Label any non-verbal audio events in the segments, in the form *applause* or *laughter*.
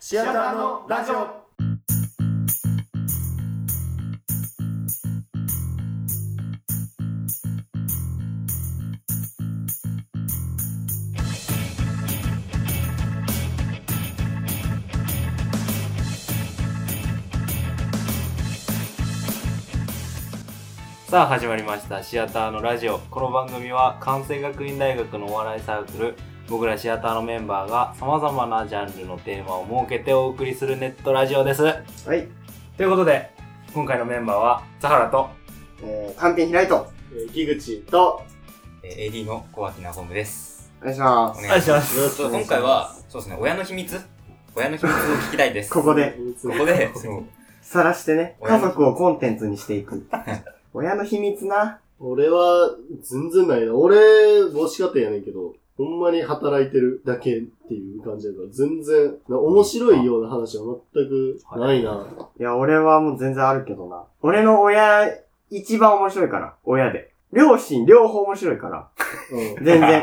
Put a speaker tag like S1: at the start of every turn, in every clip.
S1: シアターのラジオ
S2: さあ始まりましたシアターのラジオこの番組は関西学院大学のお笑いサークル僕らシアターのメンバーがさまざまなジャンルのテーマを設けてお送りするネットラジオです
S1: はい、
S2: ということで今回のメンバーはザハラと
S1: えー、カンペン開いと、えー、樋口と、
S3: えー AD の小脇なほむです。
S1: お願いしま
S3: お
S1: す。
S2: お願いしま
S3: し
S2: す
S3: ます。今回は、そうですね、親の秘密親の秘密を聞きたいで
S1: *laughs*
S3: す。
S1: ここで、
S3: ここで、そう。
S1: さらしてね、
S3: 親
S1: 家
S3: の
S1: 族をコンテンツにしていく。 *laughs* 親の秘密な。
S4: 俺は、全然ないな。俺、母子家庭やねんけど、ほんまに働いてるだけっていう感じだから、全然、な面白いような話は全くないな。
S1: いや、俺はもう全然あるけどな。俺の親、一番面白いから、親で。両親、両方面白いから。
S4: うん。
S1: 全然。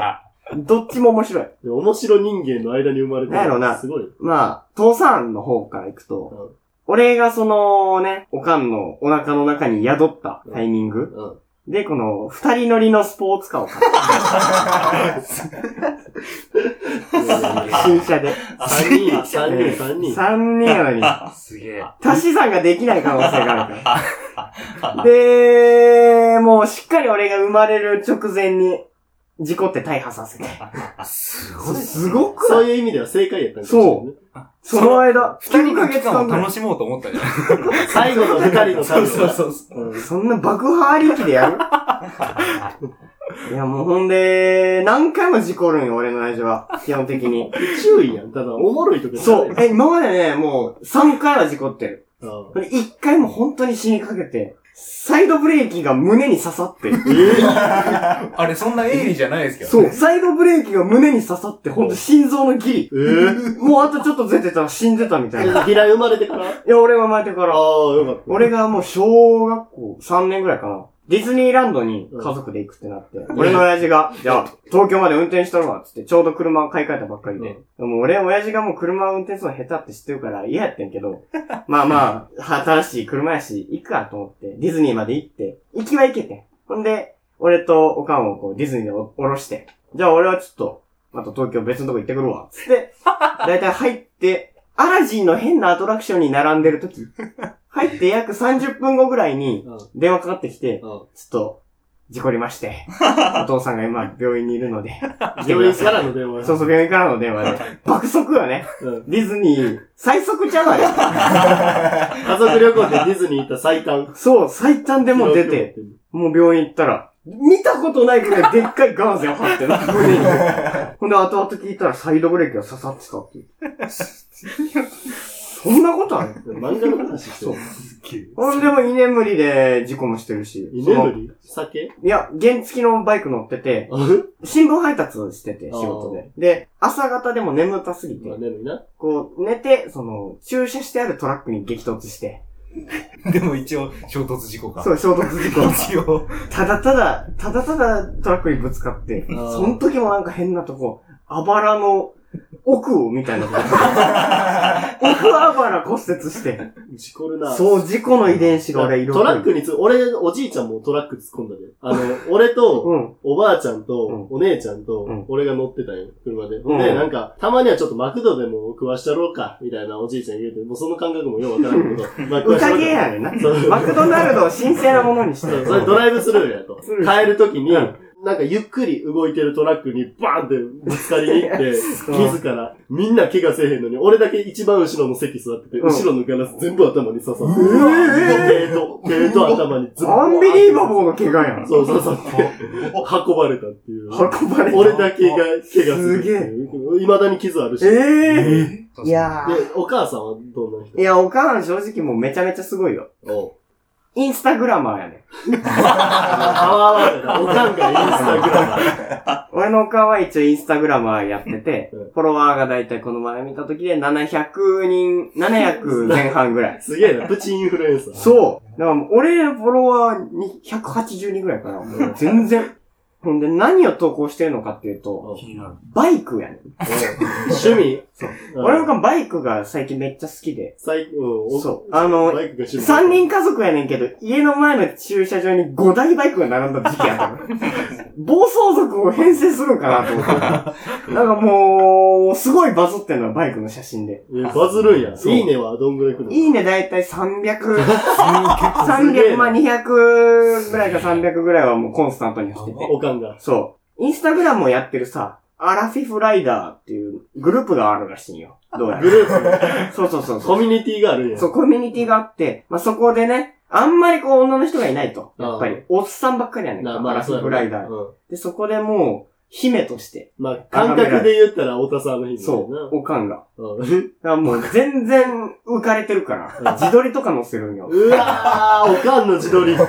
S1: どっちも面白い。
S4: で面白人間の間に生まれて
S1: なんやろな
S4: すごい。
S1: まあ、父さんの方から行くと、
S4: うん
S1: 俺がそのね、おかんのお腹の中に宿ったタイミング、
S4: うん。
S1: で、この、二人乗りのスポーツカーを買った。新車で。
S4: 三人、三人、三人。
S1: 三人なのに、
S3: *laughs* すげえ。
S1: 足し算ができない可能性がある
S3: *laughs*
S1: から。で、もうしっかり俺が生まれる直前に、事故って大破させて。
S3: す
S1: すごく
S4: そ
S1: な
S4: う
S1: い
S4: いう意味では正解やったん。
S1: そうその間、
S3: 二人
S1: 9
S3: の
S1: ヶ
S3: 期
S1: 月
S3: 間
S1: 間
S3: を
S1: ぐらい
S3: 楽しもうと思ったじゃん。
S4: 最後の二人の最後。
S2: *laughs* そうそうそう
S4: うん。
S1: そんな爆破ありきでや
S3: *laughs*
S1: るいやもうほんで、何回も事故るんよ、俺の親父は。基本的
S3: *laughs*
S1: に。
S4: 注意やん。ただ、おもろいとかじゃな
S1: そ。。
S4: いう
S1: え、今までね、もう3回は事故ってる。
S4: うん
S1: これ1回も本当に死にかけて、サイドブレーキが胸に刺さって。
S3: あれ、そんな鋭利じゃないですけど。
S1: そう。サイドブレーキが胸に刺さって、ほんと心臓のギリ。
S4: えー
S1: もうあとちょっと出てたら死んでたみたいな。い
S4: え平井生まれてからあ
S1: や、俺が生まれてか
S4: あ、
S1: ら。
S4: よかった。
S1: 俺がもう小学校3年ぐらいかな。ディズニーランドに家族で行くってなって、俺の親父が、じゃあ、東京まで運転しとるわ、つって、ちょうど車買い替えたばっかりで。もう俺、親父がもう車を運転するの下手って知ってるから嫌やってんけど、まあまあ、新しい車やし、行くかと思って、ディズニーまで行って、行きは行けてん。ほんで、俺とおかんをこう、ディズニーでお降ろして、じゃあ俺はちょっと、また東京別のとこ行ってくるわ、つって、だいたい入って、アラジンの変なアトラクションに並んでる時入って約30分後ぐらいに
S4: うん
S1: 電話かかってきて、ち
S4: う
S1: ょ
S4: ん
S1: っと、事故りまして、お父さんが今病院にいるので、来てく
S4: 病
S1: だ
S4: 院
S1: さ
S4: か
S1: い。
S4: らの電話や
S1: そうそう、病院からの電話で。爆速よね。
S4: うん。
S1: ディズニー、最速ちゃうわよ。
S4: 家族旅行でディズニー行った最短。
S1: そう、最短でもう出て、。もう病院行ったら、見たことないくらいでっかいガーゼを貼っ
S4: *laughs*
S1: てな、胸に。ほんで、後々聞いたらサイドブレーキが刺さってたっていう。そんなことある
S4: 漫画の話してる。
S1: ほんでも居眠りで事故もしてるし。
S4: 居眠り酒
S1: いや、原付きのバイク乗ってて、
S4: あふ
S1: 新聞配達してて、仕事で。で、朝方でも眠たすぎて
S4: まあ、、眠いな。
S1: こう、寝て、その、駐車してあるトラックに激突して、
S3: *laughs* でも一応、衝突事故か。
S1: そう、衝突事故。
S3: 一応。
S1: ただただ、ただただトラックにぶつかって、
S4: あー
S1: その時もなんか変なとこ、あばらの奥を、みたいなこと。奥あばら骨折して、
S4: 事故るな。
S1: そう、事故の遺伝子が俺、色
S4: ト
S1: 々
S4: ラックにつ、俺、おじいちゃんもトラック突っ込んだで。あ
S1: *laughs*
S4: の、俺と、
S1: うん。
S4: おばあちゃん
S1: うん
S4: と、お姉ちゃん
S1: うん
S4: と、俺が乗ってたんよ、車で。
S1: うん
S4: で、なんか、たまにはちょっとマクドでも食わしてやろうか、みたいなおじいちゃん言うて、もうその感覚もようわからんけど。
S1: *laughs*
S4: まあ食
S1: う
S4: わしてや
S1: か
S4: ろう
S1: げやねんな。
S4: そう
S1: マクドナルドを神聖なものにして。
S4: そうそれドライブスルーやと
S1: スル。ー
S4: 帰るときに、
S1: う
S4: なん
S1: ん
S4: かゆっくり動いてるトラックにバーンってぶつかりに行っ
S1: *laughs*
S4: て、傷から、みんな怪我せえへんのに、俺だけ一番後ろの席座ってて、
S1: うん
S4: 後ろのガラス全部頭に刺さって、
S1: うわ
S4: 手と、手と頭にズ
S1: アンビリーバボーの怪我やん。
S4: そうそうそう。運ばれたっていう。
S1: 運ばれた。
S4: 俺だけが怪我するって
S1: すげえ
S4: いう。未だに傷あるし。で、
S1: ええ
S3: そう
S1: いやー
S4: お母さんはどんな人
S1: いや、お母さん正直もうめちゃめちゃすごいよ。
S4: おう
S1: インスタグラマーやね。
S4: あわわわおかんがインスタグラマー。
S1: 俺のお母は一応インスタグラマーやってて、
S4: *laughs*
S1: フ
S4: うん
S1: ォロワーがだいたいこの前見た時で700人、700前半
S4: *laughs*
S1: ぐらい。
S4: すげえな、プチインフルエンサー。
S1: そう。だからもう俺のフォロワーに180人ぐらいかな。全然。ほんで、何を投稿してるのかっていうと、
S2: 気になる。
S1: バイクやねん。
S4: 趣味そう。
S1: 俺もバイクが最近めっちゃ好きで。
S4: 最近、うん、
S1: そう。あの、
S4: バイクが趣味。
S1: 三人家族やねんけど、家の前の駐車場に5台バイクが並んだ時期やったの。
S4: *laughs*
S1: 暴走族を編成するんかなと思って。なんかもう、すごいバズってんのよバイクの写真で。
S4: えバズるんや。
S1: そう
S4: いいねはどんぐらい来るの
S1: いいねだいたい300、300、まあ200ぐらいか300ぐらいはもうコンスタントに走ってて。
S4: おかんが。
S1: そう。インスタグラムをやってるさ、アラフィフライダーっていうグループがあるらしいんよ。どうや
S4: グルー
S1: ら。そうそうそう *laughs*
S4: プ、
S1: そう。
S4: コミュニティがあるんや。
S1: そう、コミュニティがあって、まあ、そこでね、あんまりこう女の人がいないと。やっぱり、おっさんばっかりやねんか。
S4: な
S1: アラフィフライダー。
S4: うん。
S1: で、そこでもう、姫として、
S4: まあ、感覚で言ったら、太田さんの日だ
S1: そ
S4: よ
S1: う、おかんが。
S4: な。うん。
S1: だからもう全然浮かれてるから、自撮りとか載せ
S4: *laughs*
S1: るんよ。
S4: うわー、おかんの自撮り。
S1: そう。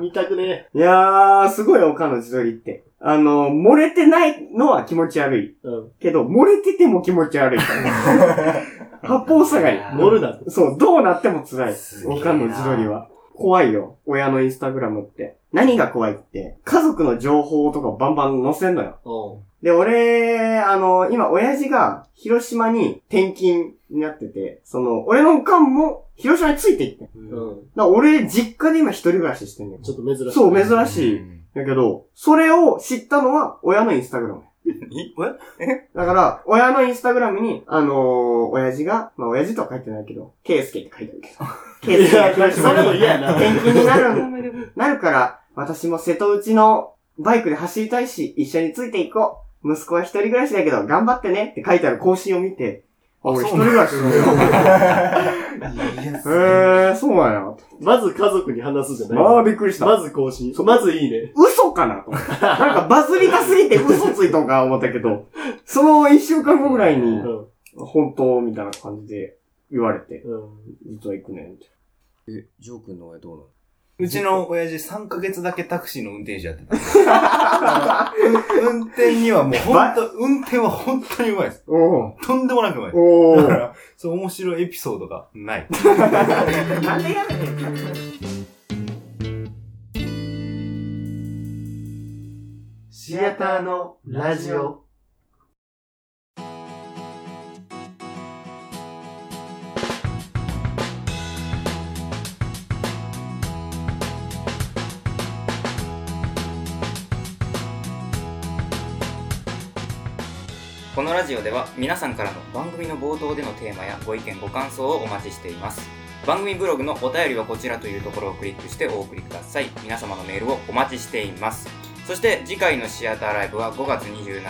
S4: 見たくね
S1: いやー、すごいおかんの自撮りって。あの、漏れてないのは気持ち悪い。
S4: え。うん。
S1: けど、漏れてても気持ち悪いから。
S4: *laughs*
S1: 八方塞がり。
S4: 乗るな。
S1: そう、どうなっても辛い
S2: す。げえ
S1: お
S2: な
S1: かんの自撮りは。怖いよ。親のインスタグラムって。何が怖いって、家族の情報とかバンバン載せんのよ。
S4: うん。
S1: で、俺、あの、今、親父が広島に転勤になってて、その、俺のおかんも広島についていってん。だか
S4: うん。
S1: ら俺、実家で今一人暮らししてんのよ。
S4: ちょっと珍しい。。
S1: そうう、珍しい。だけど、それを知ったのは親のインスタグラム。
S2: い
S1: だから、親のインスタグラムに、あのー、親父が、まあ親父とは書いてないけど、ケイスケって書いてあ
S4: *laughs*
S1: るけど、ケイス
S4: い
S1: ケが
S4: や、
S1: 広
S4: それ
S1: 島
S4: も
S1: に
S4: 嫌やな。
S1: 転勤になる、なるから、私も瀬戸内のバイクで走りたいし、一緒についていこう。息子は一人暮らしだけど、頑張ってねって書いてある更新を見て、あ、俺一人暮らしなんだよ。 *laughs* へー、そうなんや。
S4: まず家族に話すじゃない。
S1: あー、びっくりした。
S4: まず更新。まずいいね。
S1: 嘘かなと。なんかバズりたすぎて嘘ついたんか思ったけど、その一週間後ぐらいうに、
S4: ん。
S1: 本当みたいな感じで言われて、
S4: うん。
S1: 実は行くねんって。
S3: え、ジョー君の親どうなの
S2: うちの親父3ヶ月だけタクシーの運転手やってた。
S1: *laughs*
S2: 運転にはもうほんと、運転は本当にうまいです。
S1: お
S2: とんでもなくうまい
S1: ーお
S2: だか
S1: ー
S2: ら、そう面白いエピソードがない。
S1: なんでやめてんの
S4: シアターのラジオ。
S3: このラジオでは皆さんからの番組の冒頭でのテーマやご意見ご感想をお待ちしています番組ブログのお便りはこちらというところをクリックしてお送りください皆様のメールをお待ちしていますそして次回のシアターライブは5月27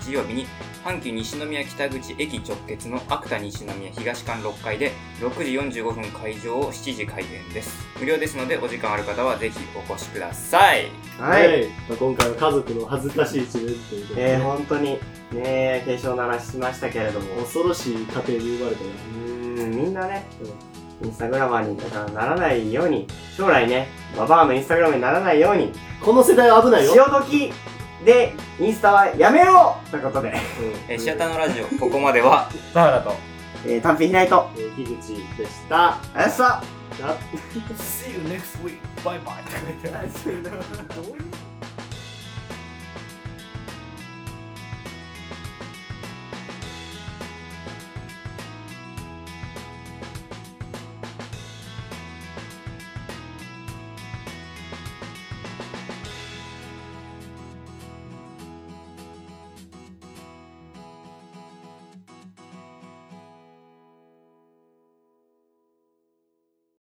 S3: 日日曜日に阪急西宮北口駅直結のアクタ西宮東館6階で6時45分会場を7時開演です無料ですのでお時間ある方はぜひお越しください
S1: はい。。
S4: まあ今回は家族の恥ずかしい一面ということで。
S1: えー、本当に、ねえ、警鐘鳴らしましたけれども、う
S4: 恐ろしい家庭に生まれたよ。
S1: ーん、みんなね、インスタグラマーにだからならないように、将来ね、ババアのインスタグラムにならないように、
S4: この世代は危ないよ。
S1: 潮時でインスタはやめようということで、
S4: うん
S3: えーシアターのラジオここまでは
S2: 田原と。
S1: えー、単品開いと、
S4: えー樋口でした。
S1: あやっさ
S4: あ
S2: See you next week. Bye bye.
S1: どういう